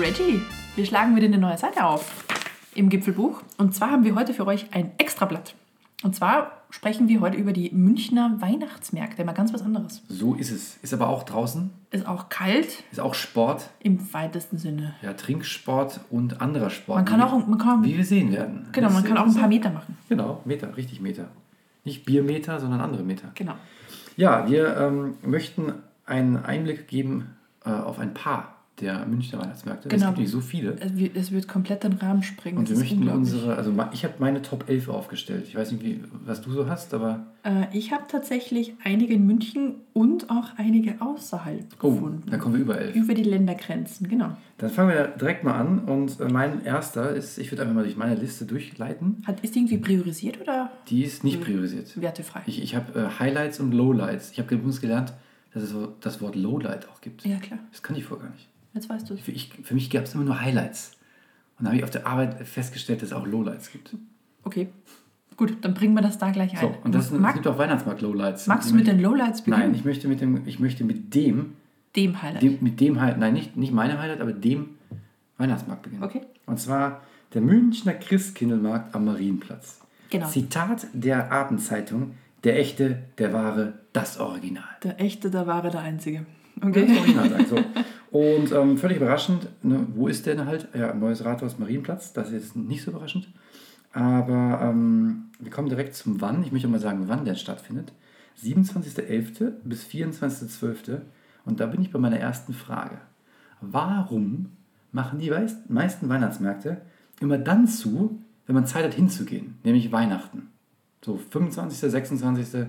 Reggie, wir schlagen wieder eine neue Seite auf im Gipfelbuch. Und zwar haben wir heute für euch ein Extrablatt. Und zwar sprechen wir heute über die Münchner Weihnachtsmärkte, mal ganz was anderes. So ist es. Ist aber auch draußen, Ist auch kalt ist auch Sport, im weitesten Sinne. ja, Trinksport und anderer Sport. Man kann wie, auch, man kann, Wie wir sehen werden. genau, Das man ist kann auch ein paar interessant. Meter machen. Genau, Meter, richtig Meter. Nicht Biermeter, sondern andere Meter. Genau. Ja, wir ähm, möchten einen Einblick geben äh, auf ein paar der Münchner Weihnachtsmärkte. Es Genau. gibt nicht so viele. Es wird, es wird komplett den Rahmen sprengen. Und wir Das ist möchten unglaublich. unsere, also ma- ich habe meine Top 11 aufgestellt. Ich weiß nicht, wie, was du so hast, aber Äh, ich habe tatsächlich einige in München und auch einige außerhalb oh, gefunden. da kommen wir über 11. Über die Ländergrenzen, genau. Dann fangen wir direkt mal an und äh, mein erster ist, ich würde einfach mal durch meine Liste durchleiten. Hat, ist die irgendwie priorisiert oder Die ist Mhm. nicht priorisiert. wertefrei? Ich, ich habe äh, Highlights und Lowlights. Ich habe übrigens gelernt, dass es so- das Wort Lowlight auch gibt. Ja, klar. Das kann ich vorher gar nicht. Jetzt weißt du es. Für, ich, für mich gab es immer nur Highlights. Und dann habe ich auf der Arbeit festgestellt, dass es auch Lowlights gibt. Okay, gut, dann bringen wir das da gleich ein. So, und das, es Mag, gibt auch Weihnachtsmarkt-Lowlights. magst du mit den Lowlights beginnen? Nein, ich möchte mit dem, ich möchte mit dem, Dem Highlight. dem mit dem Highlight, nein, nicht, nicht meine Highlight, aber dem Weihnachtsmarkt beginnen. Okay. Und zwar der Münchner Christkindlmarkt am Marienplatz. Genau. Zitat der Abendzeitung: Der echte, der wahre, das Original. Der echte, der wahre, der einzige. Das Okay. Original sagen, so. Und ähm, völlig überraschend, ne, wo ist der denn halt? Ja, neues Rathaus Marienplatz, das ist jetzt nicht so überraschend. Aber ähm, wir kommen direkt zum Wann. Ich möchte mal sagen, wann der stattfindet. 27.11. bis 24.12. Und da bin ich bei meiner ersten Frage. Warum machen die weis- meisten Weihnachtsmärkte immer dann zu, wenn man Zeit hat hinzugehen, nämlich Weihnachten? So 25., 26.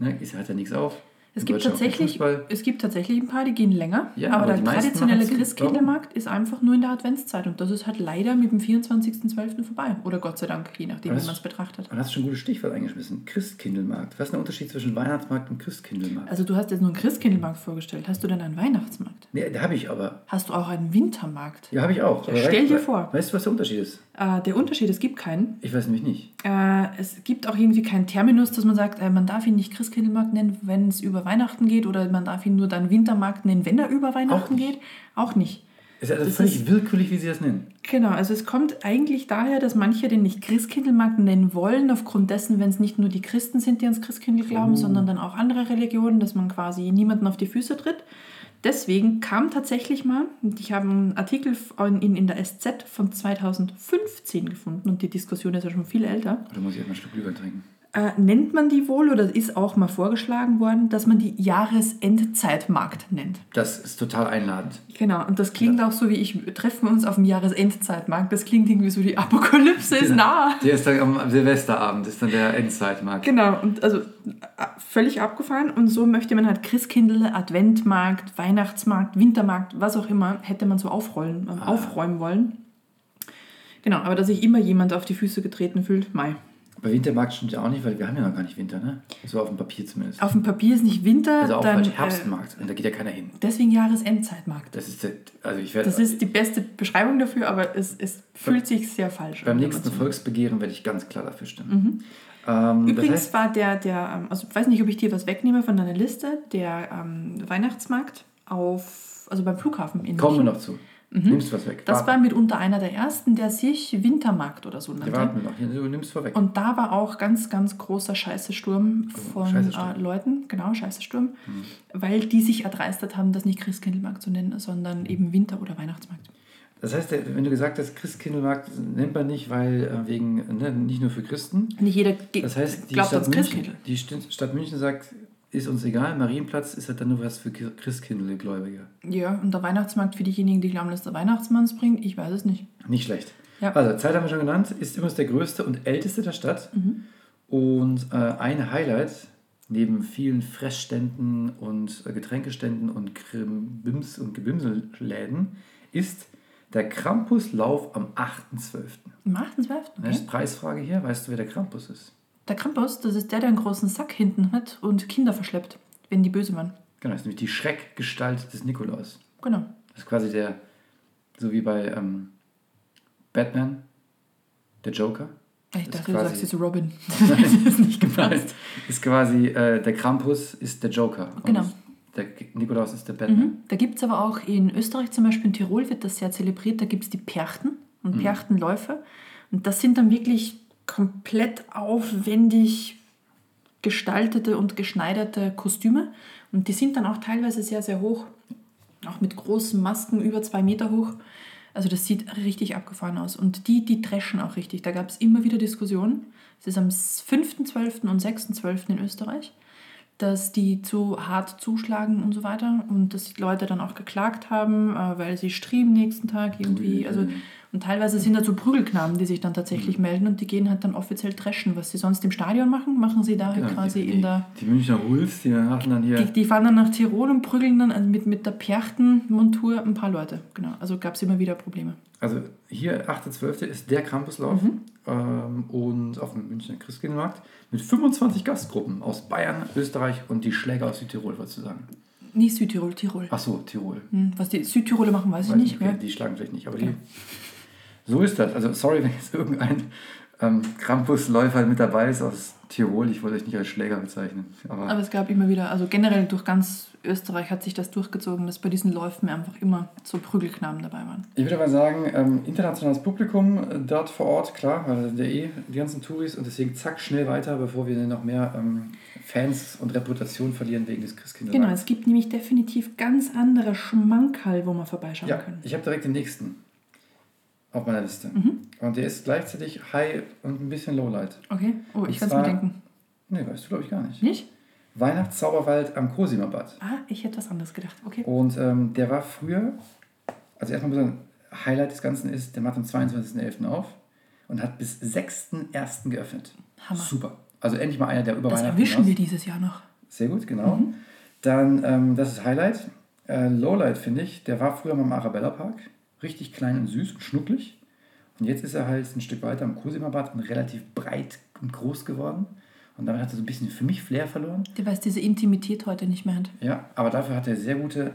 Ne, ist halt ja nichts auf. Es In gibt, Deutschland auch kein tatsächlich, Fußball. es gibt tatsächlich ein paar, die gehen länger, Ja, aber, aber der die meisten traditionelle machen zu. Christkindlmarkt ist einfach nur in der Adventszeit und das ist halt leider mit dem 24.12. vorbei. Oder Gott sei Dank, je nachdem, Aber wie das- man es betrachtet. Und hast schon ein gutes Stichwort eingeschmissen. Christkindlmarkt. Was ist der Unterschied zwischen Weihnachtsmarkt und Christkindlmarkt? Also du hast jetzt nur einen Christkindlmarkt vorgestellt. Hast du denn einen Weihnachtsmarkt? nee, da habe ich aber. Hast du auch einen Wintermarkt? Ja, habe ich auch. Aber stell weißt- dir we- vor. Weißt du, was der Unterschied ist? Äh, der Unterschied, es gibt keinen. Ich weiß nämlich nicht. Äh, es gibt auch irgendwie keinen Terminus, dass man sagt, äh, man darf ihn nicht Christkindlmarkt nennen, wenn es über Weihnachten geht oder man darf ihn nur dann Wintermarkt nennen, wenn er über Weihnachten nicht. geht. Auch nicht. Es ist also Das völlig ist- willkürlich, wie sie das nennen. Genau, also es kommt eigentlich daher, dass manche den nicht Christkindlmarkt nennen wollen, aufgrund dessen, wenn es nicht nur die Christen sind, die ans Christkindl glauben, sondern dann auch andere Religionen, dass man quasi niemanden auf die Füße tritt. Deswegen kam tatsächlich mal, und ich habe einen Artikel in, in, in der SZ von 2015 gefunden und die Diskussion ist ja schon viel älter, Oder Oh, muss ich erstmal einen Schluck Glühwein trinken? äh, nennt man die wohl oder ist auch mal vorgeschlagen worden, dass man die Jahresendzeitmarkt nennt. Das ist total einladend. Genau, und das klingt auch so wie ich treffen wir uns auf dem Jahresendzeitmarkt. Das klingt irgendwie so, die Apokalypse ist nah. Der ist dann am Silvesterabend, ist dann der Endzeitmarkt. Genau, und also äh, völlig abgefahren. Und so möchte man halt Christkindl, Adventmarkt, Weihnachtsmarkt, Wintermarkt, was auch immer, hätte man so aufrollen, äh, aufräumen wollen. Genau, aber dass sich immer jemand auf die Füße getreten fühlt, mai. Bei Wintermarkt stimmt ja auch nicht, weil wir haben ja noch gar nicht Winter, ne? So auf dem Papier zumindest. Auf dem Papier ist nicht Winter, also auch dann falsch, Herbstmarkt. und da geht ja keiner hin. Äh, deswegen Jahresendzeitmarkt. Das ist der, also ich werde. Das ist die beste Beschreibung dafür, aber es, es fühlt sich sehr falsch an. beim wenn man nächsten so- Volksbegehren werde ich ganz klar dafür stimmen. Ähm, das heißt, Mhm. Übrigens war der, der, ähm, also ich weiß nicht, ob ich dir was wegnehme von deiner Liste, der ähm, Weihnachtsmarkt auf, also beim Flughafen in kommen wir München. noch zu. Nimmst du was weg? Mhm. Das Warte. war mitunter einer der ersten, der sich Wintermarkt oder so Ja, nannte. warten wir noch. Hier, Du nimmst vorweg. Und da war auch ganz, ganz großer Scheißesturm von Oh, Scheißesturm. Hm. Äh, Leuten, genau, Scheißesturm, weil die sich erdreistet haben, das nicht Christkindlmarkt zu nennen, Hm. sondern eben Winter- oder Weihnachtsmarkt. Das heißt, der- wenn du gesagt hast, Christkindlmarkt nennt man nicht, weil äh, wegen, ne, nicht nur für Christen. Nicht jeder ge- Das heißt, die glaubt Stadt, ans München, Christkindl. die St- Stadt München sagt, ist uns egal, Marienplatz ist halt dann nur was für Ki- Christkindlgläubige. Ja, und der Weihnachtsmarkt für diejenigen, die glauben, dass der Weihnachtsmann es bringt, ich weiß es nicht. Nicht schlecht. Ja. Also, Zeit haben wir schon genannt, ist übrigens der größte und älteste der Stadt. Mhm. Und äh, ein Highlight, neben vielen Fressständen und äh, Getränkeständen und Krim- Bims und Gebimselläden, ist der Krampuslauf am 8.12. Am 8.12. Ne, Okay. ist Preisfrage hier. Weißt du, wer der Krampus ist? Der Krampus, das ist der, der einen großen Sack hinten hat und Kinder verschleppt, wenn die böse waren. Genau, ist nämlich die Schreckgestalt des Nikolaus. Genau. Das ist quasi der, so wie bei ähm, Batman, der Joker. Ich Das dachte, ist du quasi- sagst jetzt Robin. Nein, ist nicht gemeint. Ist quasi, äh, der Krampus ist der Joker. Und Genau. Der Nikolaus ist der Batman. Mhm. Da gibt es aber auch in Österreich zum Beispiel, in Tirol wird das sehr zelebriert, da gibt es die Perchten Mhm. und Perchtenläufe. Und das sind dann wirklich komplett aufwendig gestaltete und geschneiderte Kostüme. Und die sind dann auch teilweise sehr, sehr hoch, auch mit großen Masken über zwei Meter hoch. Also das sieht richtig abgefahren aus. Und die, die dreschen auch richtig. Da gab es immer wieder Diskussionen. Es ist am 5.12. und 6.12. in Österreich, dass die zu hart zuschlagen und so weiter. Und dass die Leute dann auch geklagt haben, äh, weil sie strieben nächsten Tag irgendwie. Also, und teilweise sind dazu Prügelknaben, die sich dann tatsächlich melden und die gehen halt dann offiziell dreschen. Was sie sonst im Stadion machen, machen sie da halt Ja, quasi Genau. die, in der... Die, die Münchner Wolves, die machen dann hier. Die, die fahren dann nach Tirol und prügeln dann also mit, mit der Perchtenmontur ein paar Leute. Genau, also gab es immer wieder Probleme. Also hier, 8.12. ist der Campuslauf Mhm. ähm, und auf dem Münchner Christkindlmarkt mit 25 Gastgruppen aus Bayern, Österreich und die Schläger aus Südtirol, wolltest du sagen. Nicht Südtirol, Tirol. Achso, Tirol. Hm, Was die Südtiroler machen, weiß ich Weiß nicht. nicht, okay, Ja. Die schlagen vielleicht nicht, aber die. So ist das. Also, sorry, wenn jetzt irgendein ähm, Krampusläufer mit dabei ist aus Tirol. Ich wollte euch nicht als Schläger bezeichnen. Aber, Aber es gab immer wieder, also generell durch ganz Österreich hat sich das durchgezogen, dass bei diesen Läufen einfach immer so Prügelknaben dabei waren. ich würde mal sagen, ähm, internationales Publikum äh, dort vor Ort, klar, weil das sind ja eh die ganzen Touris und deswegen zack, schnell weiter, bevor wir noch mehr ähm, Fans und Reputation verlieren wegen des Genau, Christkindlmarkts. es gibt nämlich definitiv ganz andere Schmankerl, wo man vorbeischauen Ja, können. ich habe direkt den nächsten auf meiner Liste. Mhm. Und der ist gleichzeitig High und ein bisschen Lowlight. Okay, Und oh, ich kann es mir zwar- denken. Nee, weißt du, glaube ich, gar nicht. Nicht? Weihnachtszauberwald am Cosima-Bad. Ah, ich hätte was anderes gedacht. Okay. Und ähm, der war früher, also erstmal muss man sagen, Highlight des Ganzen ist, der macht am 22.11. auf und hat bis 6.1. geöffnet. Hammer. Super. Also endlich mal einer, der über Das Weihnachten erwischen hinaus- wir Mhm. dieses Jahr noch. Sehr gut, genau. Dann, ähm, das ist Highlight. Äh, Lowlight finde ich, der war früher mal im Arabella Park. Richtig klein und süß und schnucklig. Und jetzt ist er halt ein Stück weiter am Cosima-Bad und relativ breit und groß geworden. Und damit hat er so ein bisschen für mich Flair verloren. Der weiß diese Intimität heute nicht mehr hat. Ja, aber dafür hat er sehr gute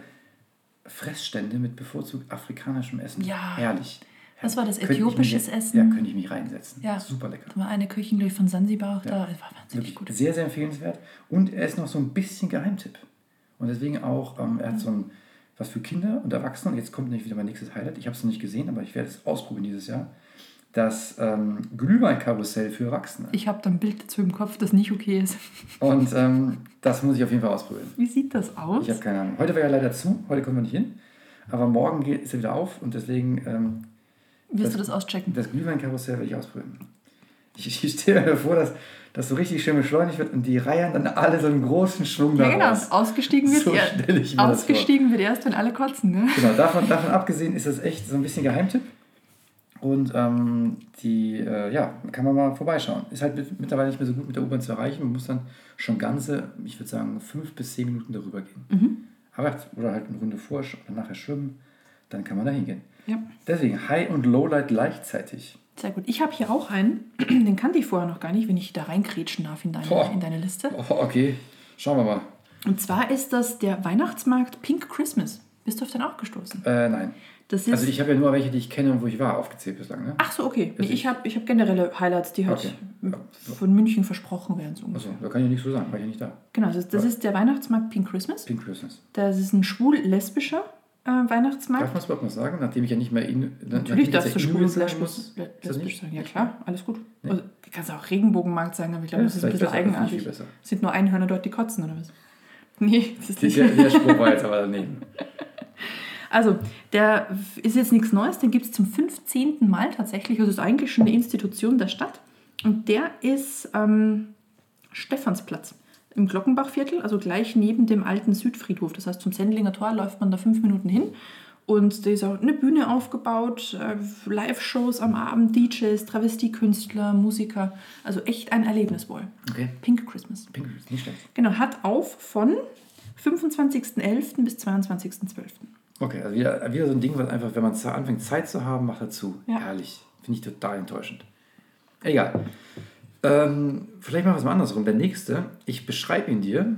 Fressstände mit bevorzugt afrikanischem Essen. Ja. Herrlich. Was war das? Könnte ich Äthiopisches mich, Essen? Ja, könnte ich mich reinsetzen. Ja. Super lecker. Da war eine Köchin, glaube ich, von Sansibar auch da. Das war wahnsinnig Wirklich gut. sehr, sehr empfehlenswert. Und er ist noch so ein bisschen Geheimtipp. Und deswegen auch, ähm, er hat so ein, was für Kinder und Erwachsene. Und jetzt kommt nämlich wieder mein nächstes Highlight. Ich habe es noch nicht gesehen, aber ich werde es ausprobieren dieses Jahr. Das ähm, Glühwein-Karussell für Erwachsene. Ich habe da ein Bild dazu im Kopf, das nicht okay ist. Und ähm, das muss ich auf jeden Fall ausprobieren. Wie sieht das aus? Ich habe keine Ahnung. Heute war ja leider zu, heute kommen wir nicht hin. Aber morgen geht, ist er wieder auf und deswegen ähm, Wirst du das- das auschecken? das Glühweinkarussell werde ich ausprobieren. Ich, ich stelle mir vor, dass das so richtig schön beschleunigt wird und die reihen dann alle so einen großen Schwung Ja, da genau. raus. Ausgestiegen wird, So er- stell ich mir das vor. ausgestiegen wird erst, wenn alle kotzen. Ne? Genau, davon, davon abgesehen ist das echt so ein bisschen Geheimtipp. Und ähm, die, äh, ja, kann man mal vorbeischauen. Ist halt mit, mittlerweile nicht mehr so gut mit der U-Bahn zu erreichen. Man muss dann schon ganze, ich würde sagen, fünf bis zehn Minuten darüber gehen. Mhm. Aber, oder halt eine Runde vor oder nachher schwimmen, dann kann man da hingehen. Ja, Deswegen High und Lowlight gleichzeitig. sehr gut. Ich habe hier auch einen, den kannte ich vorher noch gar nicht, wenn ich da reinkrätschen darf in deine, Boah. in deine Liste. Oh, okay, schauen wir mal. Und zwar ist das der Weihnachtsmarkt Pink Christmas. Bist du auf den auch gestoßen? Äh, nein. Das ist. Also ich habe ja nur welche, die ich kenne und wo ich war, aufgezählt bislang. Ne? Ach so, okay. Nee, ich habe ich hab generelle Highlights, die halt Okay. von München versprochen werden. So ungefähr. Achso, da kann ich nichts so sagen, war ich ja nicht da. Genau, das ist, das Also- ist der Weihnachtsmarkt Pink Christmas. Pink Christmas. Das ist ein schwul-lesbischer äh, Darf Weihnachtsmarkt. man es überhaupt noch sagen, nachdem ich ja nicht mehr in. nachdem Natürlich ich jetzt darfst du ja schwul Inuit und sagen lesbisch muss, ist das lesbisch nicht? sein. Ja klar, alles gut. Also, du kannst auch Regenbogenmarkt sagen, aber ich glaube, Ja, das ist ein vielleicht bisschen besser, finde eigenartig. ich viel besser. Es Sind nur Einhörner dort, die kotzen oder was? Nee, das ist nicht. Der, der Spruch war jetzt aber daneben. Also, der ist jetzt nichts Neues, den gibt es zum 15. Mal tatsächlich. Also, ist eigentlich schon eine Institution der Stadt. Und der ist ähm, Stephansplatz im Glockenbachviertel, also gleich neben dem alten Südfriedhof. Das heißt, zum Sendlinger Tor läuft man da fünf Minuten hin. Und da ist auch eine Bühne aufgebaut, äh, Live-Shows am Abend, DJs, Travestiekünstler, Musiker. Also echt ein Erlebnisball. Okay. Pink Christmas. Pink Christmas, nicht schlecht. Genau, hat auf von 25.11. bis 22.12. Okay, also wieder, wieder so ein Ding, was einfach, wenn man z- anfängt, Zeit zu haben, macht er zu. Ja. Herrlich. Finde ich total enttäuschend. Egal. Ähm, vielleicht machen wir es mal andersrum. Der nächste, ich beschreibe ihn dir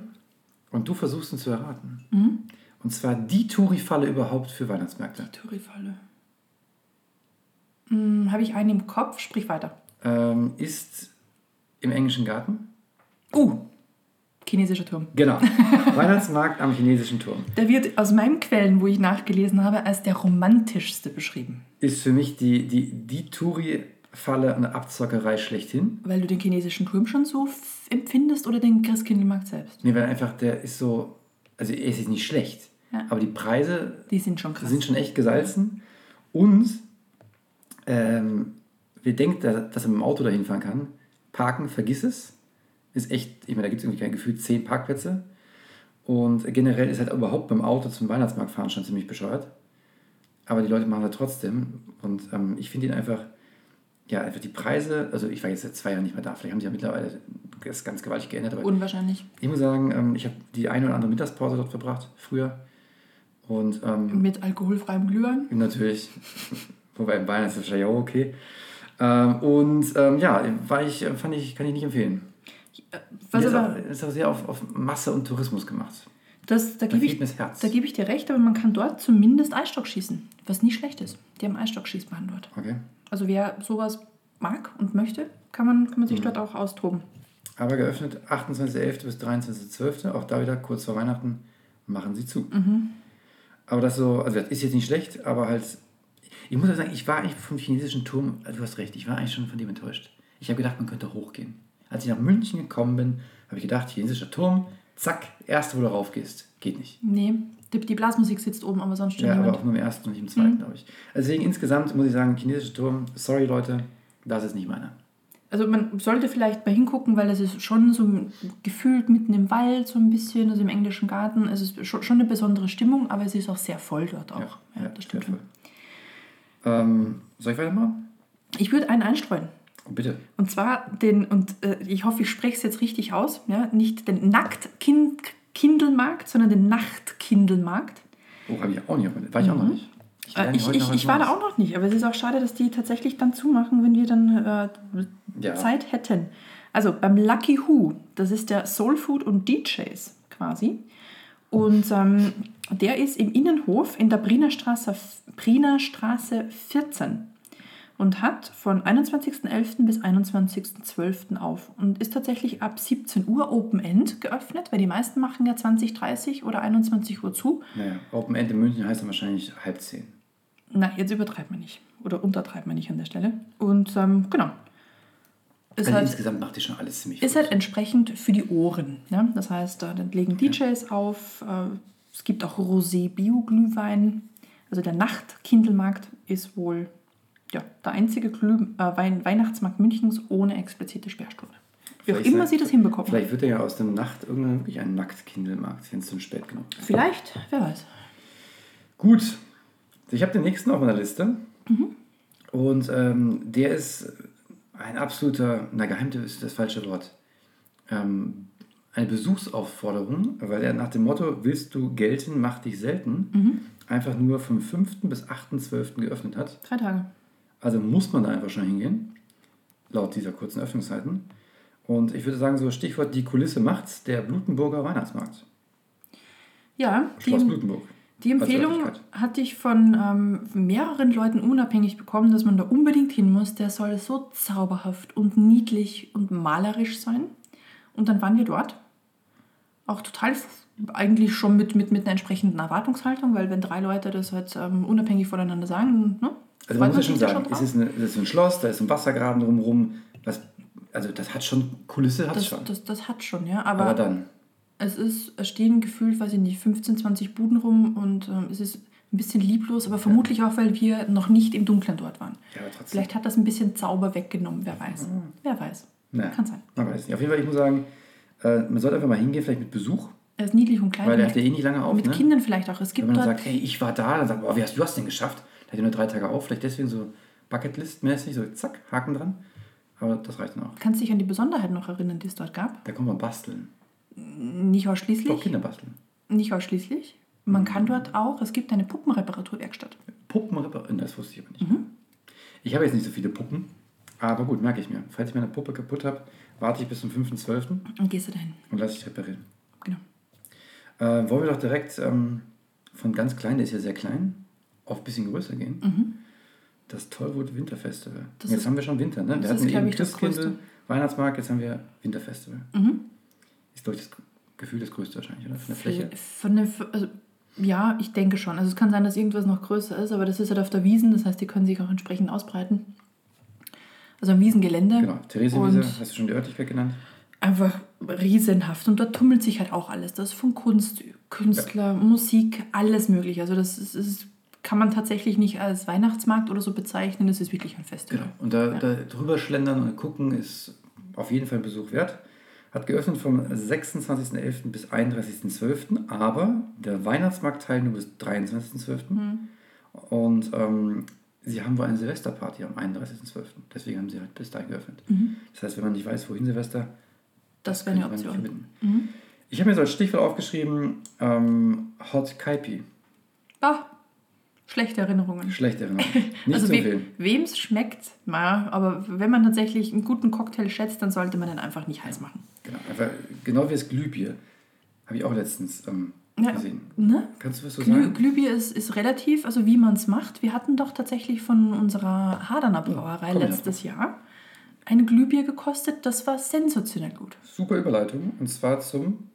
und du versuchst ihn zu erraten. Mhm. Und zwar die Touri-Falle überhaupt für Weihnachtsmärkte. Tourifalle. Hm, Habe ich einen im Kopf? Sprich weiter. Ähm, ist im englischen Garten. Uh, Chinesischer Turm. Genau. Weihnachtsmarkt am chinesischen Turm. Der wird aus meinen Quellen, wo ich nachgelesen habe, als der romantischste beschrieben. Ist für mich die, die, die Touri-Falle eine Abzockerei schlechthin. Weil du den chinesischen Turm schon so f- empfindest oder den Christkindlmarkt selbst? Nee, weil einfach der ist so. Also er ist nicht schlecht. Ja. Aber die Preise Die sind schon krass. sind schon echt gesalzen. Und ähm, wer denkt, da- dass er mit dem Auto dahin fahren kann, parken, vergiss es. Ist echt, ich meine, da gibt es irgendwie kein Gefühl, zehn Parkplätze. Und generell ist halt überhaupt beim Auto zum Weihnachtsmarkt fahren schon ziemlich bescheuert. Aber die Leute machen das trotzdem. Und ähm, ich finde ihn einfach, ja, einfach die Preise, also ich war jetzt seit zwei Jahren nicht mehr da, vielleicht haben sich ja mittlerweile das ganz gewaltig geändert. Aber Unwahrscheinlich. ich muss sagen, ähm, ich habe die eine oder andere Mittagspause dort verbracht, früher. Und ähm, Mit alkoholfreiem Glühwein. Natürlich. Wobei in Bayern ist das wahrscheinlich auch okay. Ähm, und ähm, ja, war ich, fand ich, kann ich nicht empfehlen. Was ist, aber, auch, ist auch sehr auf, auf Masse und Tourismus gemacht. das, Da da gebe fehlt mir ich, das Herz. da gebe ich dir recht, aber man kann dort zumindest Eisstock schießen. Was nicht schlecht ist. Die haben Eisstockschießbahn dort. Okay. Also wer sowas mag und möchte, kann man, kann man Mhm. sich dort auch austoben. Aber geöffnet 28.11. bis 23.12. Auch da wieder kurz vor Weihnachten machen sie zu. Mhm. Aber das so, also das ist jetzt nicht schlecht, aber halt, ich muss aber sagen, ich war eigentlich vom chinesischen Turm, also du hast recht, ich war eigentlich schon von dem enttäuscht. Ich habe gedacht, man könnte hochgehen. Als ich nach München gekommen bin, habe ich gedacht, chinesischer Turm, zack, erste, wo du raufgehst. Geht nicht. Nee, die, die Blasmusik sitzt oben, aber sonst steht Ja, aber niemand. auch nur im ersten und nicht im Mhm. zweiten, glaube ich. Also Deswegen insgesamt muss ich sagen, chinesischer Turm, sorry Leute, das ist nicht meiner. Also man sollte vielleicht mal hingucken, weil es ist schon so gefühlt mitten im Wald so ein bisschen, also im englischen Garten. Es ist schon schon eine besondere Stimmung, aber es ist auch sehr voll dort auch. Ja, das stimmt. wertvoll. Ähm, soll ich weitermachen? Ich würde einen einstreuen. Oh, bitte. Und zwar den, und äh, ich hoffe, ich spreche es jetzt richtig aus, ja? nicht den Nacktkindlmarkt, sondern den Nachtkindlmarkt. Oh, habe ich auch nicht. War ich auch noch nicht. Äh, lerne ich heute ich, noch was ich war da Neues. auch noch nicht, aber es ist auch schade, dass die tatsächlich dann zumachen, wenn wir dann äh, Ja. Zeit hätten. Also beim Lucky Who, das ist der Soul Food und DJs quasi. Und ähm, der ist im Innenhof in der Brienerstraße, Brienerstraße 14 und hat von 21.11. bis 21.12. auf und ist tatsächlich ab 17 Uhr Open End geöffnet, weil die meisten machen ja 20.30 oder 21 Uhr zu. Naja, Open End in München heißt dann wahrscheinlich halb zehn. Na, jetzt übertreibt man nicht. Oder untertreibt man nicht an der Stelle. Und ähm, genau. Ist, Also halt, insgesamt macht ihr schon alles ziemlich ist gut. halt entsprechend für die Ohren. Ne? Das heißt, äh, dann legen DJs auf. Äh, es gibt auch Rosé-Bio-Glühwein. Also der Nachtkindelmarkt ist wohl ja, der einzige Glüh äh, Wein Weihnachtsmarkt Münchens ohne explizite Sperrstunde. Wie auch Vielleicht immer sagt- sie das hinbekommen. Vielleicht. Vielleicht wird er ja aus dem Nacht irgendwann wirklich ein Nacktkindlmarkt, wenn es zu spät genug ist. Vielleicht, wer weiß. Gut, ich habe den nächsten auf meiner Liste. Und ähm, der ist ein absoluter, na, Geheimtipp ist das falsche Wort. Ähm, eine Besuchsaufforderung, weil er nach dem Motto: Willst du gelten, mach dich selten, einfach nur vom 5. bis 8.12. geöffnet hat. Drei Tage. Also muss man da einfach schon hingehen, laut dieser kurzen Öffnungszeiten. Und ich würde sagen, so Stichwort die Kulisse macht's, der Blutenburger Weihnachtsmarkt. Ja, Schloss Blutenburg. Die Als Empfehlung Örtlichkeit. hatte ich von ähm, mehreren Leuten unabhängig bekommen, dass man da unbedingt hin muss. Der soll so zauberhaft und niedlich und malerisch sein. Und dann waren wir dort. Auch total f- eigentlich schon mit, mit, mit einer entsprechenden Erwartungshaltung, weil wenn drei Leute das halt ähm, unabhängig voneinander sagen, ne? Also freut man muss ja schon sich sagen, drauf. es, ist eine, es ist ein Schloss, da ist ein Wassergraben drumherum. Das, also das hat schon, Kulisse hat es das, schon. das, das hat schon, ja. Aber, Aber dann, es ist, es stehen gefühlt, weiß ich nicht, 15, 20 Buden rum und ähm, es ist ein bisschen lieblos, aber vermutlich auch, weil wir noch nicht im Dunkeln dort waren. ja, aber trotzdem. Mhm. Vielleicht hat das ein bisschen Zauber weggenommen, wer weiß. Wer weiß. Na, Kann sein. Man weiß nicht. Auf jeden Fall, ich muss sagen, äh, man sollte einfach mal hingehen, vielleicht mit Besuch, Er ist niedlich und klein. weil der mit hat ja eh nicht lange auf. mit Ne? Kindern vielleicht auch. Es Wenn gibt man dort. dann sagt, hey, ich war da, dann sagt man, oh, wie hast du das denn geschafft? Der hat ja nur drei Tage auf, vielleicht deswegen so Bucketlist-mäßig, so zack, Haken dran. Aber das reicht dann auch. kannst du dich an die Besonderheit noch erinnern, die es dort gab? Da kann man basteln. Nicht ausschließlich. Auch Kinder basteln. Nicht ausschließlich. Man kann dort auch, es gibt eine Puppenreparaturwerkstatt. Puppen reparieren, Äh, das wusste ich aber nicht. Mhm. Ich habe jetzt nicht so viele Puppen, aber gut, merke ich mir. Falls ich meine Puppe kaputt habe, warte ich bis zum 5.12. Und gehst du dahin. und lasse ich reparieren. Genau. Äh, wollen wir doch direkt ähm, von ganz klein, der ist ja sehr klein, auf ein bisschen größer gehen. Das Tollwood Winterfestival. Mhm. Das jetzt ist- haben wir schon Winter, ne? Wir das Mhm. hatten ist, glaub eben ich, das Christkindl, Größte. Weihnachtsmarkt, jetzt haben wir Winterfestival. Ist, glaube ich, das Gefühl das größte wahrscheinlich, oder? Von der Viel- Fläche. Von der, F- also, ja, ich denke schon. Also es kann sein, dass irgendwas noch größer ist, aber das ist halt auf der Wiesen, das heißt, die können sich auch entsprechend ausbreiten. Also am Wiesengelände. Genau, Theresienwiese, Und hast du schon die Örtlichkeit genannt? einfach riesenhaft. Und da tummelt sich halt auch alles. Das ist von Kunst, Künstler, Musik, alles möglich. Also das ist, ist, kann man tatsächlich nicht als Weihnachtsmarkt oder so bezeichnen. Das ist wirklich ein Festival. Genau. Und da, da drüber schlendern und gucken ist auf jeden Fall ein Besuch wert. Hat geöffnet vom 26.11. bis 31.12., aber der Weihnachtsmarkt teilt nur bis 23.12. Mhm. Und ähm, sie haben wohl eine Silvesterparty am 31.12. Deswegen haben sie halt bis dahin geöffnet. Das heißt, wenn man nicht weiß, wohin Silvester, Mhm. Das wäre eine könnte man nicht Option. Mhm. mitten. Ich habe mir so als Stichwort aufgeschrieben, ähm, Hot Kaipi. Ah, schlechte Erinnerungen. Schlechte Erinnerung. Nicht also zu we, empfehlen. wem es schmeckt, na, aber wenn man tatsächlich einen guten Cocktail schätzt, dann sollte man den einfach nicht heiß machen. Genau, einfach, genau wie das Glühbier. Habe ich auch letztens ähm, Ja. gesehen. Ne? Kannst du was so Glüh, sagen? Glühbier ist, ist relativ, also wie man es macht. Wir hatten doch tatsächlich von unserer Haderner Brauerei komm ich letztes Jahr ein Glühbier gekostet, das war sensationell gut. Super Überleitung. Und zwar zum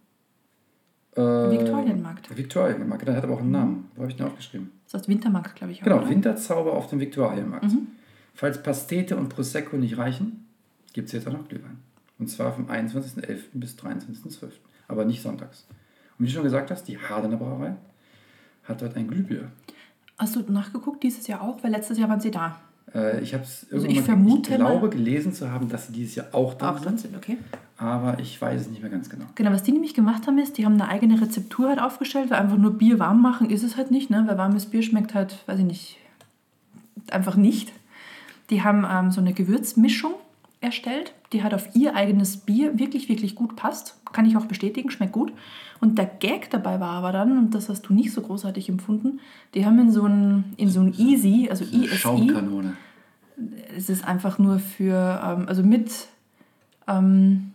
äh, Viktualienmarkt. Mhm. Viktualienmarkt. genau, Der hat aber auch einen Namen. Wo habe ich den aufgeschrieben? Das heißt Wintermarkt, glaube ich. Auch, ne? Genau, oder? Winterzauber auf dem Viktualienmarkt. Mhm. Falls Pastete und Prosecco nicht reichen, gibt es jetzt auch noch Glühwein. Und zwar vom 21.11. bis 23.12. Aber nicht sonntags. Und wie du schon gesagt hast, die Hardener Brauerei hat dort ein Glühbier. Hast du nachgeguckt dieses Jahr auch? Weil letztes Jahr waren sie da. Äh, ich habe es Also irgendwann ich vermute ich mal- glaube gelesen zu haben, dass sie dieses Jahr auch da Auch sind, drin sind, okay. aber ich weiß es nicht mehr ganz genau. Genau, was die nämlich gemacht haben, ist, die haben eine eigene Rezeptur halt aufgestellt, weil einfach nur Bier warm machen ist es halt nicht, ne? weil warmes Bier schmeckt halt, weiß ich nicht, einfach nicht. Die haben ähm, so eine Gewürzmischung erstellt, die halt auf ihr eigenes Bier wirklich, wirklich gut passt. Kann ich auch bestätigen, schmeckt gut. Und der Gag dabei war aber dann, und das hast du nicht so großartig empfunden, die haben in so ein, in so ein Easy, also Eine ESI, Äh, Schaumkanone. es ist einfach nur für, ähm, also mit, ähm,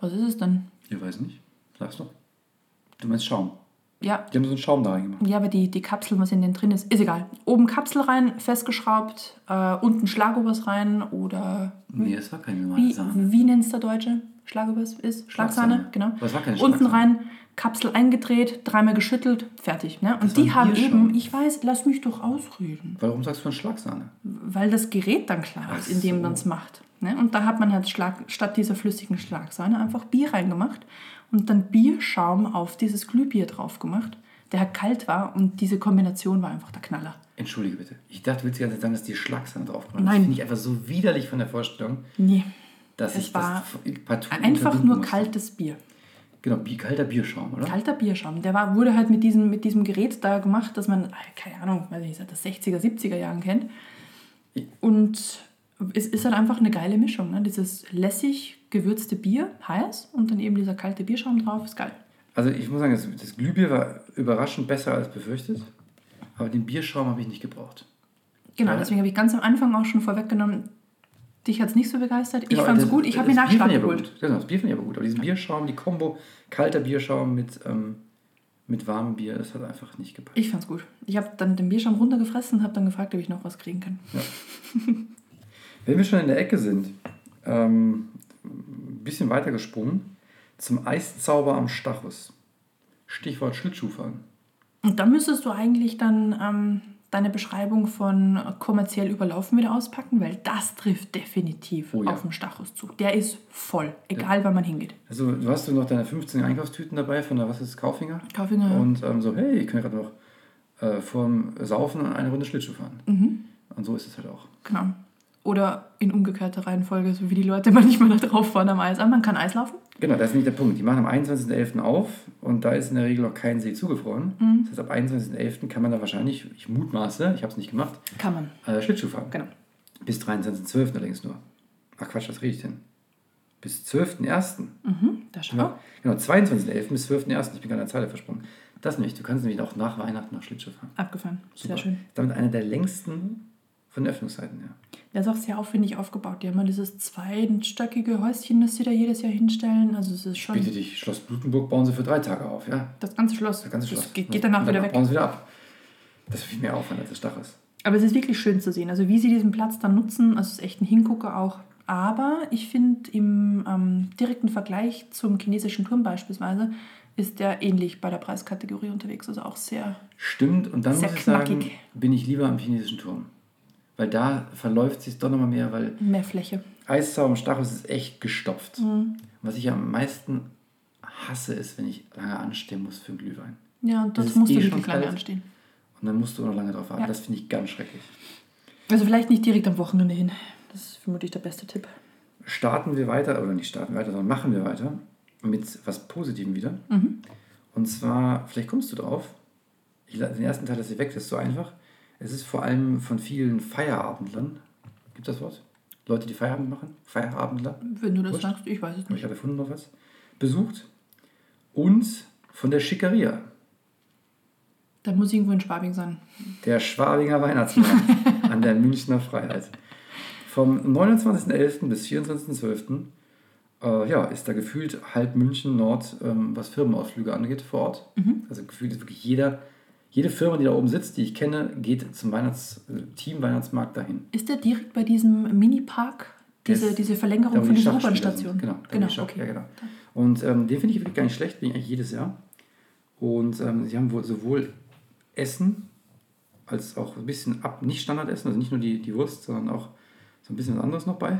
was ist es denn? Ich weiß nicht. Sag's doch. Du meinst Schaum. Ja, Die haben so einen Schaum da reingemacht. Ja, aber die, die Kapsel, was in den drin ist, ist egal. Oben Kapsel rein, festgeschraubt, äh, unten Schlagobers rein oder Nee, es war keine normale wie, Sahne. wie nennt es der Deutsche? Schlagobers ist? Schlagsahne, Schlagsahne. genau. Aber es war keine unten Schlagsahne. rein, Kapsel eingedreht, dreimal geschüttelt, fertig. Ne? Das Und die war haben Bier eben, ich weiß, lass mich doch ausreden, Warum sagst du eine Schlagsahne? weil das Gerät dann klar ist, Ach in dem so. man es macht. Ne? Und da hat man halt Schlag, statt dieser flüssigen Schlagsahne einfach Bier reingemacht und dann Bierschaum auf dieses Glühbier drauf gemacht, der halt kalt war und diese Kombination war einfach der Knaller. Entschuldige bitte. Ich dachte, du willst die ganze Zeit sagen, dass die Schlagsahne drauf gemacht Nein. Das finde ich einfach so widerlich von der Vorstellung, Nee. dass Es ich war das partout Einfach unterbinden nur musste. kaltes Bier. Genau, Bi- kalter Bierschaum, oder? Kalter Bierschaum. Der war, wurde halt mit diesem, mit diesem Gerät da gemacht, dass man, äh, keine Ahnung, weiß nicht, seit den 60er, 70er Jahren kennt. Und es ist halt einfach eine geile Mischung. Ne? Dieses lässig gewürzte Bier, heiß, und dann eben dieser kalte Bierschaum drauf, ist geil. Also ich muss sagen, das, das Glühbier war überraschend besser als befürchtet, aber den Bierschaum habe ich nicht gebraucht. Genau, Ja. deswegen habe ich ganz am Anfang auch schon vorweggenommen, dich hat es nicht so begeistert. Ich Genau, fand es das- gut, ich das habe mir Bier fand Nachschlag ich aber geholt. Gut. Genau, das Bier finde ich aber gut. Aber diesen Bierschaum, die Kombo, kalter Bierschaum mit, ähm, mit warmem Bier, das hat einfach nicht gepasst. Ich fand es gut. Ich habe dann den Bierschaum runtergefressen und habe dann gefragt, ob ich noch was kriegen kann. Wenn wir schon in der Ecke sind, ähm, ein bisschen weiter gesprungen, zum Eiszauber am Stachus. Stichwort Schlittschuhfahren. Und da müsstest du eigentlich dann ähm, deine Beschreibung von kommerziell überlaufen wieder auspacken, weil das trifft definitiv Oh ja. auf den Stachus zu. Der ist voll, egal wann man hingeht. Also du hast du noch deine 15 Einkaufstüten dabei von der, was ist das, Kaufinger? Kaufinger. Und ähm, so, hey, ich kann gerade noch äh, vorm Saufen eine Runde Schlittschuh fahren. Mhm. Und so ist es halt auch. Genau. Oder in umgekehrter Reihenfolge, so wie die Leute manchmal da drauf fahren am Eis. Aber man kann Eis laufen. Genau, das ist nicht der Punkt. Die machen am 21.11. auf und da ist in der Regel auch kein See zugefroren. Mhm. Das heißt, ab 21.11. kann man da wahrscheinlich, ich mutmaße, ich habe es nicht gemacht, Kann man. äh, Schlittschuh fahren. Genau. Bis 23.12. allerdings nur. Ach Quatsch, was rede ich denn? Bis 12.01. Mhm, da schau. Ja. Genau, 22.11. bis 12.01. Ich bin gerade an der Zeile versprungen. Das nämlich, du kannst nämlich auch nach Weihnachten noch Schlittschuh fahren. Abgefahren. Sehr Super. schön. Damit einer der längsten von den Öffnungszeiten, ja. Der ist auch sehr aufwendig aufgebaut. Die haben ja dieses zweistöckige Häuschen, das sie da jedes Jahr hinstellen. Also es ist schon Bitte dich, Schloss Blutenburg bauen sie für drei Tage auf, ja. das ganze Schloss. Das ganze Schloss. Das geht, geht danach Und wieder weg. bauen sie wieder ab. Das ist viel mehr Aufwand als der Stachus. Aber es ist wirklich schön zu sehen. Also wie sie diesen Platz dann nutzen, also es ist echt ein Hingucker auch. Aber ich finde, im ähm, direkten Vergleich zum chinesischen Turm beispielsweise ist der ähnlich bei der Preiskategorie unterwegs, also auch sehr. Stimmt, und dann Sehr muss ich sagen, knackig. bin ich lieber am chinesischen Turm. Weil da verläuft sich doch nochmal mehr, weil mehr Fläche. Eissau und Stachus ist echt gestopft. Mhm. Was ich am meisten hasse, ist, wenn ich lange anstehen muss für einen Glühwein. Ja, und Das dort ist musst eh du schon wirklich lange kalt. anstehen. Und dann musst du auch noch lange drauf warten. Ja. Das finde ich ganz schrecklich. Also vielleicht nicht direkt am Wochenende hin. Das ist vermutlich der beste Tipp. Starten wir weiter, oder nicht starten wir weiter, sondern machen wir weiter mit was Positivem wieder. Und zwar, vielleicht kommst du drauf, ich, la- den ersten Teil lasse ich weg, das ist so einfach. Es ist vor allem von vielen Feierabendlern, gibt das Wort? Leute, die Feierabend machen? Feierabendler? Wenn du das Wurscht. sagst, ich weiß es Aber nicht. ich habe erfunden noch was. Besucht und von der Schickeria, Da muss irgendwo in Schwabing sein. der Schwabinger Weihnachtsmarkt an der Münchner Freiheit. Vom 29.11. bis 24.12. Äh, ja, ist da gefühlt halb München Nord, ähm, was Firmenausflüge angeht, vor Ort. Also gefühlt ist wirklich jeder, jede Firma, die da oben sitzt, die ich kenne, geht zum Weihnachts, äh, Team Weihnachtsmarkt dahin. Ist der direkt bei diesem Mini-Park? Diese, Das- diese Da, Verlängerung wo von die dieser Schachspieler U-Bahn-Station? sind. Genau, da, wo die genau Schach, okay. ja, genau. Und ähm, den finde ich wirklich gar nicht schlecht, bin ich eigentlich jedes Jahr. Und ähm, sie haben wohl sowohl Essen als auch ein bisschen ab, nicht Standardessen, also nicht nur die, die Wurst, sondern auch so ein bisschen was anderes noch bei.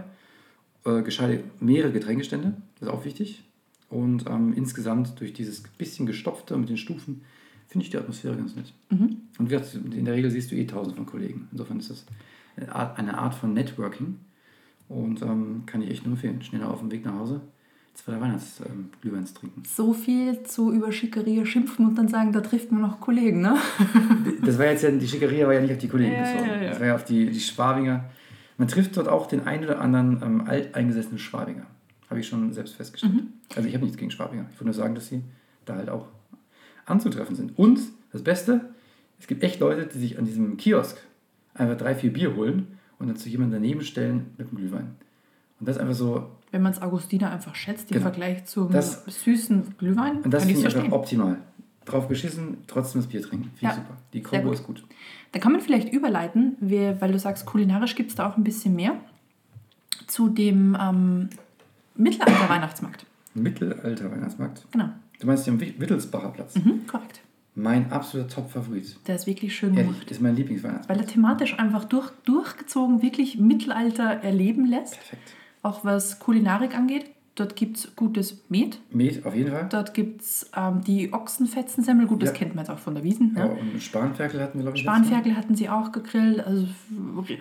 Äh, gescheite mehrere Getränkestände, das ist auch wichtig. Und ähm, insgesamt durch dieses bisschen gestopfte mit den Stufen finde ich die Atmosphäre ganz nett. Mhm. Und wie gesagt, in der Regel siehst du eh tausend von Kollegen. Insofern ist das eine Art, eine Art von Networking. Und ähm, kann ich echt nur empfehlen. Schneller auf dem Weg nach Hause zwei Weihnachtsglühweins ähm, Glühweins trinken. So viel zu über Schickeria schimpfen und dann sagen, da trifft man noch Kollegen, ne? Das war jetzt ja, die Schickeria war ja nicht auf die Kollegen Ja, bezogen. ja, ja. Das war ja auf die, die Schwabinger. Man trifft dort auch den einen oder anderen ähm, alteingesessenen Schwabinger. Habe ich schon selbst festgestellt. Mhm. Also ich habe nichts gegen Schwabinger. Ich würde nur sagen, dass sie da halt auch anzutreffen sind. Und das Beste, es gibt echt Leute, die sich an diesem Kiosk einfach drei, vier Bier holen und dann zu jemandem daneben stellen mit einem Glühwein. Und das ist einfach so, Wenn man es Augustiner einfach schätzt, im Genau. Vergleich zum Das- süßen Glühwein, Und das kann ich finde ich verstehen. einfach optimal. Drauf geschissen, trotzdem das Bier trinken. Finde ich Ja, super. Die sehr Kombo gut. ist gut. Da kann man vielleicht überleiten, wir- weil du sagst, kulinarisch gibt es da auch ein bisschen mehr, zu dem ähm, Mittelalter-Weihnachtsmarkt. Mittelalter Weihnachtsmarkt. Genau, Du meinst den Wi- Wittelsbacher Platz. mhm, korrekt. Mein absoluter Top-Favorit. Der ist wirklich schön Ehrlich, gemacht, ist mein Lieblingsweihnachtsmarkt. weil er thematisch einfach durch, durchgezogen wirklich Mittelalter erleben lässt. Perfekt. Auch was Kulinarik angeht, dort gibt es gutes Met, Met auf jeden Fall. dort gibt es ähm, die Ochsenfetzensemmel, gut, das Ja. kennt man jetzt auch von der Wiesen. Ja. Ne? Und Spanferkel hatten wir, glaube ich. letztes Mal. Spanferkel hatten sie auch gegrillt, also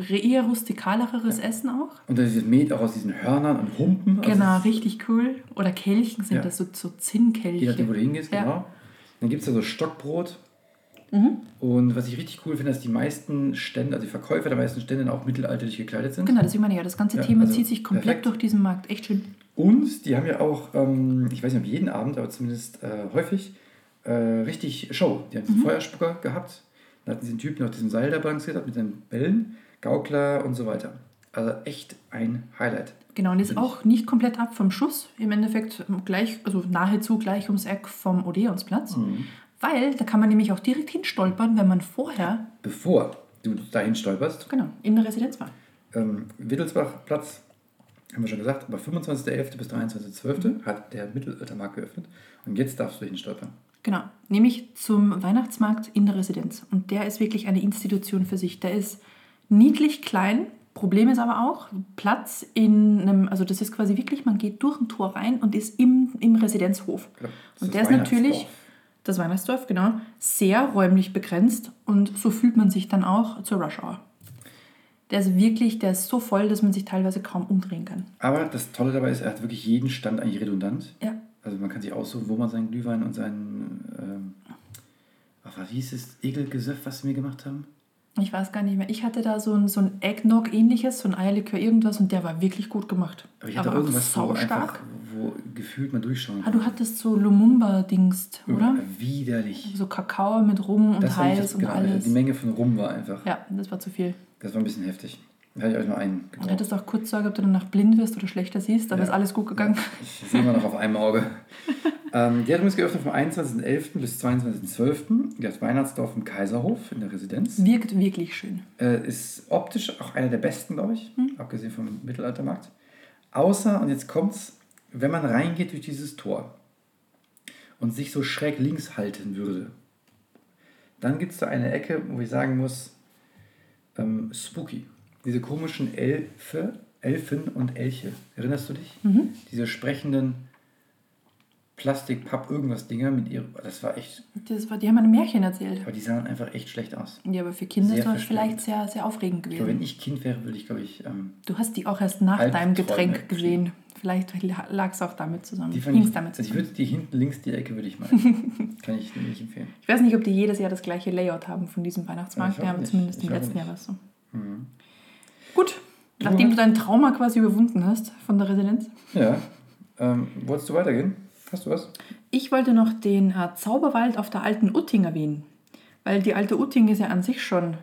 re- eher rustikaleres Essen auch. Und dann dieses Met auch aus diesen Hörnern und Humpen. Also Genau, es- richtig cool. Oder Kelchen sind Ja. das so, so Zinnkelche. Je nachdem, wo du hingehst, Ja. genau. Dann gibt es da so Stockbrot. Mhm. Und was ich richtig cool finde, dass die meisten Stände, also die Verkäufer der meisten Stände dann auch mittelalterlich gekleidet sind. Genau, deswegen meine ich ja, das ganze Ja, Thema also zieht sich komplett perfekt. durch diesen Markt. Echt schön. Und die haben ja auch, ähm, ich weiß nicht ob jeden Abend, aber zumindest äh, häufig, äh, richtig Show. Die haben Mhm. diesen Feuerspucker gehabt. Dann hatten sie den Typen auf diesem Seil da balanciert hat mit seinen Bällen, Gaukler und so weiter. Also echt ein Highlight. Genau, und ist Finde ich. auch nicht komplett ab vom Schuss. Im Endeffekt gleich, also nahezu gleich ums Eck vom Odeonsplatz. Weil da kann man nämlich auch direkt hinstolpern, wenn man vorher, Bevor du dahin stolperst, genau, in der Residenz war. ähm, Wittelsbachplatz, haben wir schon gesagt, aber 25.11. bis 23.12. hat der Mittelaltermarkt geöffnet. Und jetzt darfst du dahin stolpern. Genau, nämlich zum Weihnachtsmarkt in der Residenz. Und der ist wirklich eine Institution für sich. Der ist niedlich klein. Problem ist aber auch, Platz in einem, also das ist quasi wirklich, man geht durch ein Tor rein und ist im, im Residenzhof. Genau. Das Und ist der das ist natürlich, Weihnachtsdorf. das Weihnachtsdorf, genau, sehr räumlich begrenzt und so fühlt man sich dann auch zur Rush Hour. Der ist wirklich, der ist so voll, dass man sich teilweise kaum umdrehen kann. Aber das Tolle dabei ist, er hat wirklich jeden Stand eigentlich redundant. Ja, Also man kann sich aussuchen, wo man seinen Glühwein und seinen, ähm, ach, was hieß es, Egelgesöff, was wir gemacht haben? ich weiß gar nicht mehr. Ich hatte da so ein, so ein Eggnog-ähnliches, so ein Eierlikör, irgendwas und der war wirklich gut gemacht. Aber ich hatte auch irgendwas, wo, einfach, saustark. wo gefühlt man durchschauen Ah, du hattest so Lumumba-Dingst, oder? Äh, Widerlich. So Kakao mit Rum und war nicht Hals und genau, alles. Die Menge von Rum war einfach, Ja, das war zu viel. das war ein bisschen heftig. Da hatte ich euch nur einen Du gekauft. hattest auch kurz Sorge, ob du danach blind wirst oder schlechter siehst, aber Ja. ist alles gut gegangen. Ich sehe immer noch auf einem Auge. ähm, die hat übrigens geöffnet vom 21.11. bis 22.12. Das Weihnachtsdorf im Kaiserhof in der Residenz. Wirkt wirklich schön. Äh, ist optisch auch einer der besten, glaube ich, abgesehen vom Mittelaltermarkt. Außer, und jetzt kommt's, wenn man reingeht durch dieses Tor und sich so schräg links halten würde, dann gibt es da eine Ecke, wo ich sagen muss, ähm, spooky. Diese komischen Elfe, Elfen und Elche. Erinnerst du dich? Mhm. Diese sprechenden Plastik, Papp, irgendwas Dinger mit ihr. Das war echt, Das war, die haben ein Märchen erzählt. aber die sahen einfach echt schlecht aus. Ja, aber für Kinder Sehr ist das verstörend. vielleicht sehr, sehr aufregend Ich glaube, gewesen. wenn ich Kind wäre, würde ich, glaube ich, ähm, Du hast die auch erst nach Albträume deinem Getränk geschrieben. gesehen. Vielleicht lag es auch damit zusammen. die fand Hing ich, es damit also ich zusammen. würde die hinten links die Ecke würde ich meinen. Kann ich nicht empfehlen. Ich weiß nicht, ob die jedes Jahr das gleiche Layout haben von diesem Weihnachtsmarkt. Ja, ich Wir hoffe haben nicht. zumindest Ich im hoffe letzten nicht. Mhm. Jahr was so. Gut, nachdem hast- du dein Trauma quasi überwunden hast von der Residenz. Ja. Ähm, wolltest du weitergehen? Hast du was? Ich wollte noch den äh, Zauberwald auf der alten Utting erwähnen. Weil die alte Utting ist ja an sich schon.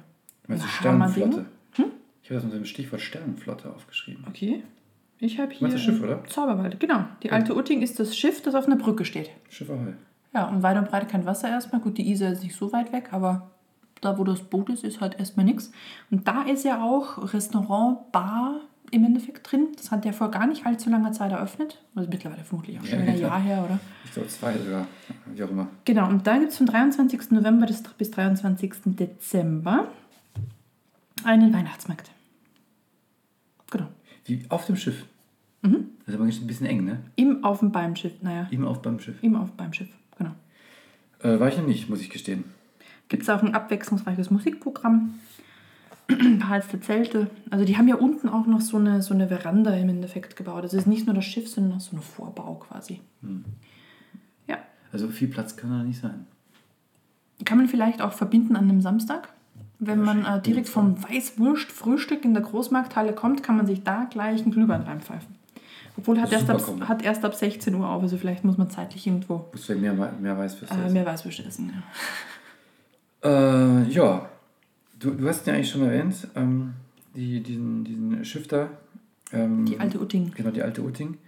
Meinst du Na, Sternenflotte? Hm? Hammerding. Hm? Ich habe das mit dem Stichwort Sternenflotte aufgeschrieben. Okay. Ich habe hier. Meinst du Schiff, äh, oder? Zauberwald, genau. Die alte Utting ist das Schiff, das auf einer Brücke steht. Schiff Ahoi. Ja, und weit und breit kein Wasser erstmal. Gut, die Isar ist nicht so weit weg, aber da, wo das Boot ist, ist halt erstmal nichts. Und da ist ja auch Restaurant, Bar im Endeffekt drin. Das hat ja vor gar nicht allzu langer Zeit eröffnet. Also mittlerweile vermutlich auch schon Ja, wieder ein klar. Jahr her, oder? Ich glaube zwei sogar. Wie auch immer. Genau, und da gibt es vom 23. November bis- bis 23. Dezember einen Weihnachtsmarkt. Genau. Wie auf dem Schiff. Mhm. Das ist aber ein bisschen eng, ne? Im Auf- und beim Schiff, naja. Immer auf beim Schiff. Im Auf- und beim Schiff, genau. Äh, war ich noch nicht, muss ich gestehen. gibt es auch ein abwechslungsreiches Musikprogramm, beheizte Zelte. Also die haben ja unten auch noch so eine, so eine Veranda im Endeffekt gebaut. Das ist nicht nur das Schiff, sondern auch so ein Vorbau quasi. Hm. Ja, Also viel Platz kann da nicht sein. kann man vielleicht auch verbinden an einem Samstag. Wenn man äh, Wahrscheinlich. direkt vom Weißwurst-Frühstück in der Großmarkthalle kommt, kann man sich da gleich einen Glühwein reinpfeifen. Obwohl hat Das ist erst, ab, super Kombi. hat erst ab 16 Uhr auf, also vielleicht muss man zeitlich irgendwo Musst du ja mehr, wei- mehr weiß fürs äh, mehr Weißwurst essen. Ja. Äh, ja, du, du hast ihn ja eigentlich schon erwähnt, ähm, die, diesen, diesen Shifter. Ähm, Die alte Utting. Genau, die alte Utting.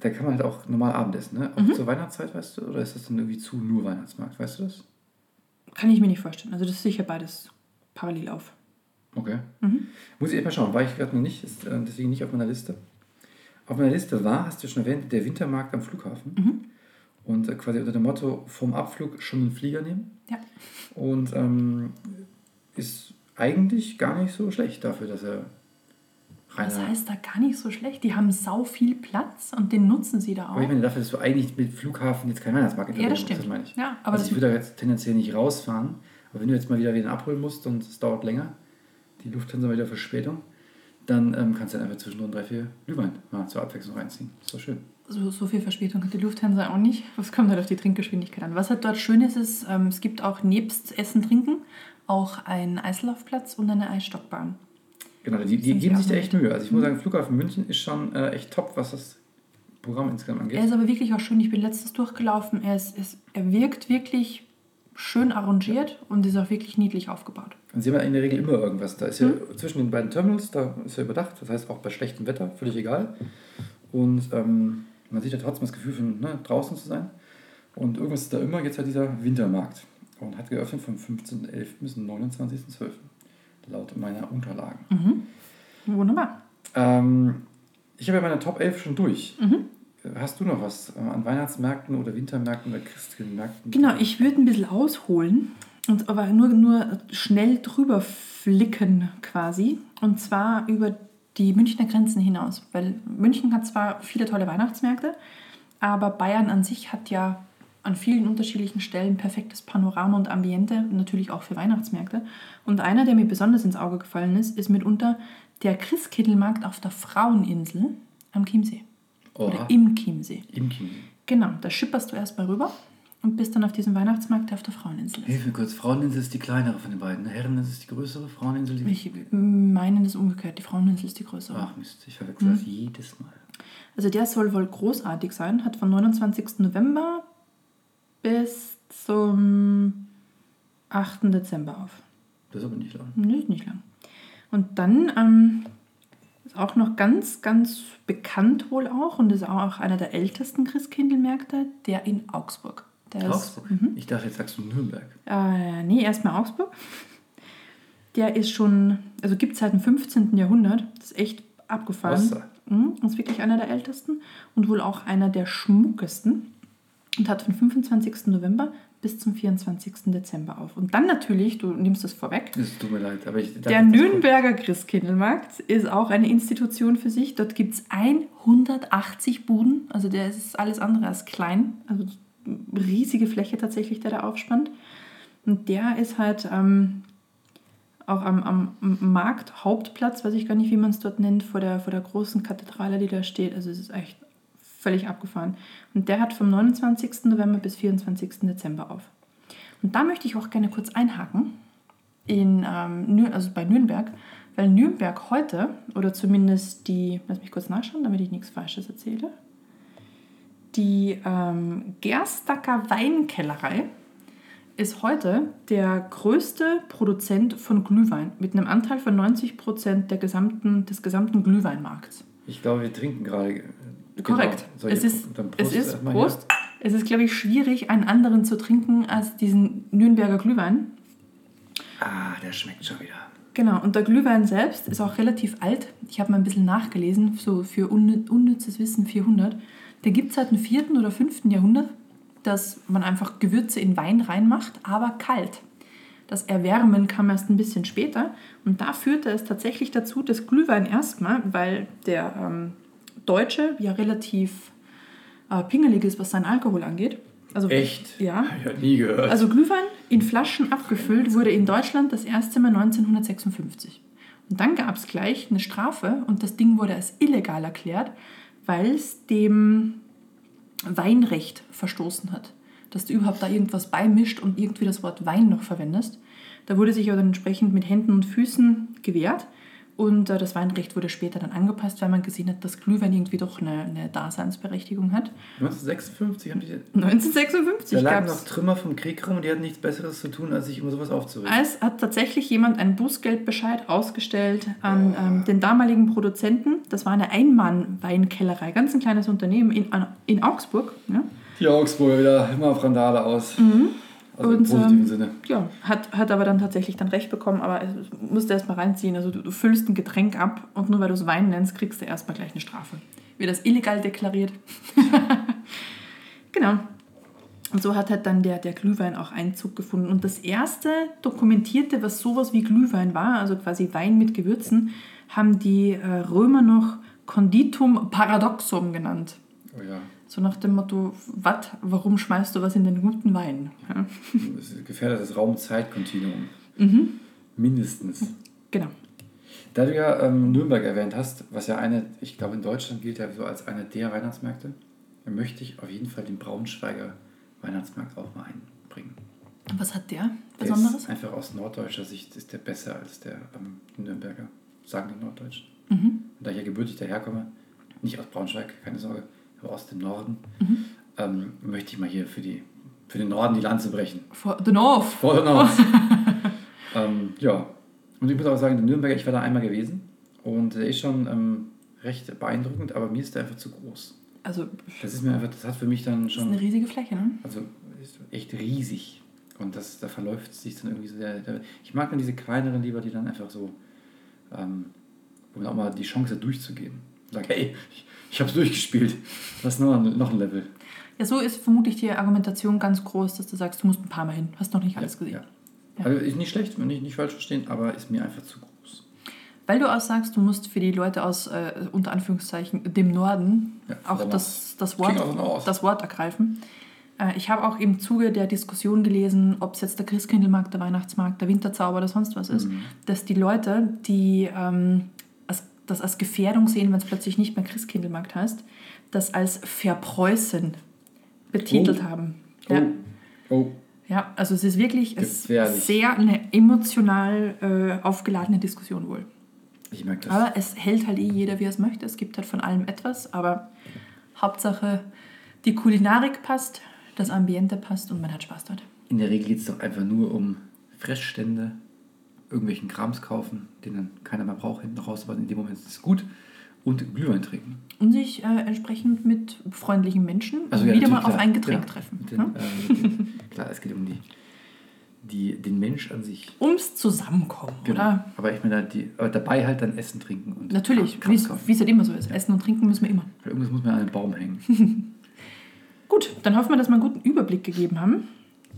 Da kann man halt auch normal Abendessen, ne? Mhm. Auch zur Weihnachtszeit, weißt du? Oder ist das dann irgendwie zu nur Weihnachtsmarkt, weißt du das? Kann ich mir nicht vorstellen. Also das ist sicher beides parallel auf. Okay. Mhm. Muss ich echt mal schauen, war ich gerade noch nicht, ist äh, deswegen nicht auf meiner Liste. Auf meiner Liste war, hast du schon erwähnt, der Wintermarkt am Flughafen. Mhm. Und äh, quasi unter dem Motto, vom Abflug schon einen Flieger nehmen. Ja. Und ähm, ist eigentlich gar nicht so schlecht dafür, dass er Das reiner. heißt da gar nicht so schlecht. Die haben sau viel Platz und den nutzen sie da auch. Aber ich meine, dafür, dass du eigentlich mit Flughafen jetzt kein Weihnachtsmarkt in Ja, das Verbindung stimmt. hast, meine ich. Ja, aber aber also das- ich würde da jetzt tendenziell nicht rausfahren. Aber wenn du jetzt mal wieder wen abholen musst und es dauert länger, die Lufthansa hat wieder Verspätung, dann ähm, kannst du dann einfach zwischendrin drei, vier Glühwein mal zur Abwechslung reinziehen. Ist doch schön. So, so viel Verspätung hat die Lufthansa auch nicht. Was kommt halt auf die Trinkgeschwindigkeit an? Was halt dort schön ist, ist, ähm, es gibt auch nebst Essen, Trinken auch einen Eislaufplatz und eine Eisstockbahn. Genau, die, die Sind geben sie sich da auch echt Mühe. Also ich muss sagen, Flughafen München ist schon äh, echt top, was das Programm insgesamt angeht. Er ist aber wirklich auch schön. Ich bin letztens durchgelaufen. Er, ist, ist, er wirkt wirklich schön arrangiert und ist auch wirklich niedlich aufgebaut. Und sie haben ja in der Regel immer irgendwas. Da ist ja zwischen den beiden Terminals, da ist ja überdacht, das heißt auch bei schlechtem Wetter, völlig egal. Und ähm, man sieht ja trotzdem das Gefühl von ne, draußen zu sein. Und irgendwas ist da immer, jetzt halt dieser Wintermarkt. Und hat geöffnet vom 15.11. bis zum 29.12. laut meiner Unterlagen. Wunderbar. Ähm, ich habe ja meine Top 11 schon durch. Hast du noch was ähm, an Weihnachtsmärkten oder Wintermärkten oder Christkindmärkten? Genau, ich würde ein bisschen ausholen und aber nur, nur schnell drüber flicken quasi. Und zwar über die Münchner Grenzen hinaus. Weil München hat zwar viele tolle Weihnachtsmärkte, aber Bayern an sich hat ja an vielen unterschiedlichen Stellen perfektes Panorama und Ambiente, natürlich auch für Weihnachtsmärkte. Und einer, der mir besonders ins Auge gefallen ist, ist mitunter der Christkindlmarkt auf der Fraueninsel am Chiemsee. Oha, Oder im Chiemsee. im Kino. Genau, da schipperst du erstmal rüber und bist dann auf diesem Weihnachtsmarkt, der auf der Fraueninsel ist. Hilf mir kurz, Fraueninsel ist die kleinere von den beiden. ne? Herreninsel ist die größere, Fraueninsel die Ich meine, das ist umgekehrt. Die Fraueninsel ist die größere. Ach Mist, ich verwechsel das jedes Mal. Also der soll wohl großartig sein. Hat von 29. November bis zum 8. Dezember auf. Das ist aber nicht lang. Nö, ist nicht lang. Und dann ähm, ist auch noch ganz, ganz bekannt wohl auch und ist auch einer der ältesten Christkindlmärkte, der in Augsburg. Der ist- Augsburg? Ich dachte, jetzt sagst du Nürnberg. Äh, nee, erstmal Augsburg. Der ist schon, also gibt es seit dem 15. Jahrhundert. Das ist echt abgefahren. Wasser. Mhm, ist wirklich einer der ältesten und wohl auch einer der schmuckesten und hat vom 25. November bis zum 24. Dezember auf. Und dann natürlich, du nimmst das vorweg, Es tut mir leid, aber ich. der Nürnberger Christkindlmarkt ist auch eine Institution für sich. Dort gibt es 180 Buden, also der ist alles andere als klein, also riesige Fläche tatsächlich, der da aufspannt. Und der ist halt ähm, auch am, am Markt, Hauptplatz, weiß ich gar nicht, wie man es dort nennt, vor der, vor der großen Kathedrale, die da steht. Also es ist echt völlig abgefahren. Und der hat vom 29. November bis 24. Dezember auf. Und da möchte ich auch gerne kurz einhaken, in, ähm, Nür- also bei Nürnberg, weil Nürnberg heute, oder zumindest die, lass mich kurz nachschauen, damit ich nichts Falsches erzähle, die ähm, Gerstacker Weinkellerei ist heute der größte Produzent von Glühwein mit einem Anteil von 90 Prozent der gesamten, des gesamten Glühweinmarkts. Ich glaube, wir trinken gerade. Genau. Korrekt. Soll ich- Es ist, dann Prost es ist erstmal Prost. Es ist, glaube ich, schwierig, einen anderen zu trinken als diesen Nürnberger Glühwein. Hier? Ah, der schmeckt schon wieder. Genau, und der Glühwein selbst ist auch relativ alt. Ich habe mal ein bisschen nachgelesen, so für unnü- unnützes Wissen 400. Den gibt es seit dem 4. oder 5. Jahrhundert, dass man einfach Gewürze in Wein reinmacht, aber kalt. Das Erwärmen kam erst ein bisschen später und da führte es tatsächlich dazu, dass Glühwein erstmal, weil der ähm, Deutsche ja relativ äh, pingelig ist, was seinen Alkohol angeht. Also, Echt? Ja. Hab Ich habe nie gehört. Also Glühwein in Flaschen abgefüllt wurde in Deutschland das erste Mal 1956. Und dann gab es gleich eine Strafe und das Ding wurde als illegal erklärt, weil es dem Weinrecht verstoßen hat. Dass du überhaupt da irgendwas beimischt und irgendwie das Wort Wein noch verwendest. Da wurde sich aber dann entsprechend mit Händen und Füßen gewehrt. Und äh, das Weinrecht wurde später dann angepasst, weil man gesehen hat, dass Glühwein irgendwie doch eine, eine Daseinsberechtigung hat. 1956 haben die. 1956 Da gab lagen es. noch Trümmer vom Krieg rum und die hatten nichts Besseres zu tun, als sich um sowas aufzuregen. Es hat tatsächlich jemand einen Bußgeldbescheid ausgestellt an ähm, den damaligen Produzenten. Das war eine Einmann-Weinkellerei, ganz ein kleines Unternehmen in, an- in Augsburg. ne? Die Ja, Augsburger wieder immer auf Randale aus. Also im Mhm. Und, positiven ähm, Sinne. ja hat, hat aber dann tatsächlich dann recht bekommen, aber es musste erstmal reinziehen. Also du, du füllst ein Getränk ab und nur weil du es Wein nennst, kriegst du erstmal gleich eine Strafe. Wird das illegal deklariert. genau. Und so hat halt dann der, der Glühwein auch Einzug gefunden. Und das erste dokumentierte, was sowas wie Glühwein war, also quasi Wein mit Gewürzen, haben die äh, Römer noch Conditum Paradoxum genannt. Oh ja. So nach dem Motto, wat, warum schmeißt du was in den guten Wein? Ja. Es gefährdet das Raum-Zeit-Kontinuum. Mhm. Mindestens. Genau. Da du ja ähm, Nürnberg erwähnt hast, was ja eine, ich glaube in Deutschland gilt ja so als einer der Weihnachtsmärkte, möchte ich auf jeden Fall den Braunschweiger Weihnachtsmarkt auch mal einbringen. Was hat der Der Besonderes? Ist einfach aus norddeutscher Sicht ist der besser als der ähm, Nürnberger, sagen die Norddeutschen. Und da ich ja gebürtig daherkomme, nicht aus Braunschweig, keine Sorge, aber aus dem Norden, ähm, möchte ich mal hier für, die, für den Norden die Lanze brechen. For the North. Vor und aus. ähm, ja. Und ich muss auch sagen, der Nürnberger, ich war da einmal gewesen und der ist schon ähm, recht beeindruckend, aber mir ist der einfach zu groß. Also, Das ist mir einfach, das hat für mich dann das ist eine schon, riesige Fläche, ne? also ist echt riesig. Und das, da verläuft sich dann irgendwie so der, der ich mag dann diese kleineren lieber, die dann einfach so, ähm, wo man auch mal die Chance hat, durchzugehen. Sag, hey, ich, ich hab's durchgespielt, lass noch ein, noch ein Level. Ja, so ist vermutlich die Argumentation ganz groß, dass du sagst, du musst ein paar Mal hin, hast noch nicht alles gesehen. Ja. Ja. Also ist nicht schlecht, nicht, nicht falsch verstehen, aber ist mir einfach zu groß. Weil du auch sagst, du musst für die Leute aus, äh, unter Anführungszeichen, dem Norden Ja, auch verdammt. das, das, Klingt Wort, auch noch aus. das Wort ergreifen. Äh, ich habe auch im Zuge der Diskussion gelesen, ob es jetzt der Christkindlmarkt, der Weihnachtsmarkt, der Winterzauber oder sonst was ist, Mhm. dass die Leute, die ähm, als, das als Gefährdung sehen, wenn es plötzlich nicht mehr Christkindlmarkt heißt, das als Verpreußen betitelt Oh. haben. Oh, Ja. oh. Ja, also es ist wirklich es Gefährlich. ist sehr eine emotional äh, aufgeladene Diskussion wohl. ich merke das. Aber es hält halt eh jeder, wie er es möchte. Es gibt halt von allem etwas, aber Hauptsache die Kulinarik passt, das Ambiente passt und man hat Spaß dort. In der Regel geht es doch einfach nur um Fressstände, irgendwelchen Krams kaufen, den dann keiner mehr braucht, hinten raus, aber in dem Moment ist es gut. Und Glühwein trinken. Und sich äh, entsprechend mit freundlichen Menschen wieder Also natürlich, mal auf klar, ein Getränk ne? klar, treffen. Mit ja? den, äh, mit den, klar, es geht um die die, den Mensch an sich. Genau. ums Zusammenkommen, oder? Aber ich meine, halt die, aber dabei halt dann Essen, Trinken und Natürlich, Kram- wie Kram kaufen. es wie es halt immer so ist. Essen und Trinken müssen wir immer. Weil Irgendwas muss man an den Baum hängen. Gut, dann hoffen wir, dass wir einen guten Überblick gegeben haben.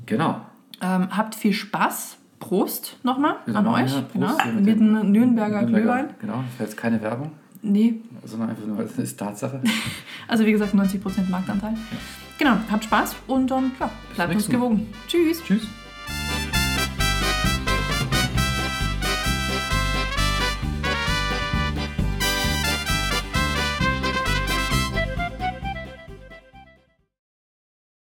genau. Ähm, habt viel Spaß. Prost nochmal an Ja, euch. Prost genau. hier Mit, dem dem Nürnberger Glühwein. Genau, das war jetzt keine Werbung, Nee, sondern einfach nur, das ist Tatsache. also wie gesagt 90% Marktanteil. Genau, habt Spaß und ähm, ja, bleibt uns nächsten Mal. gewogen. Tschüss. Tschüss.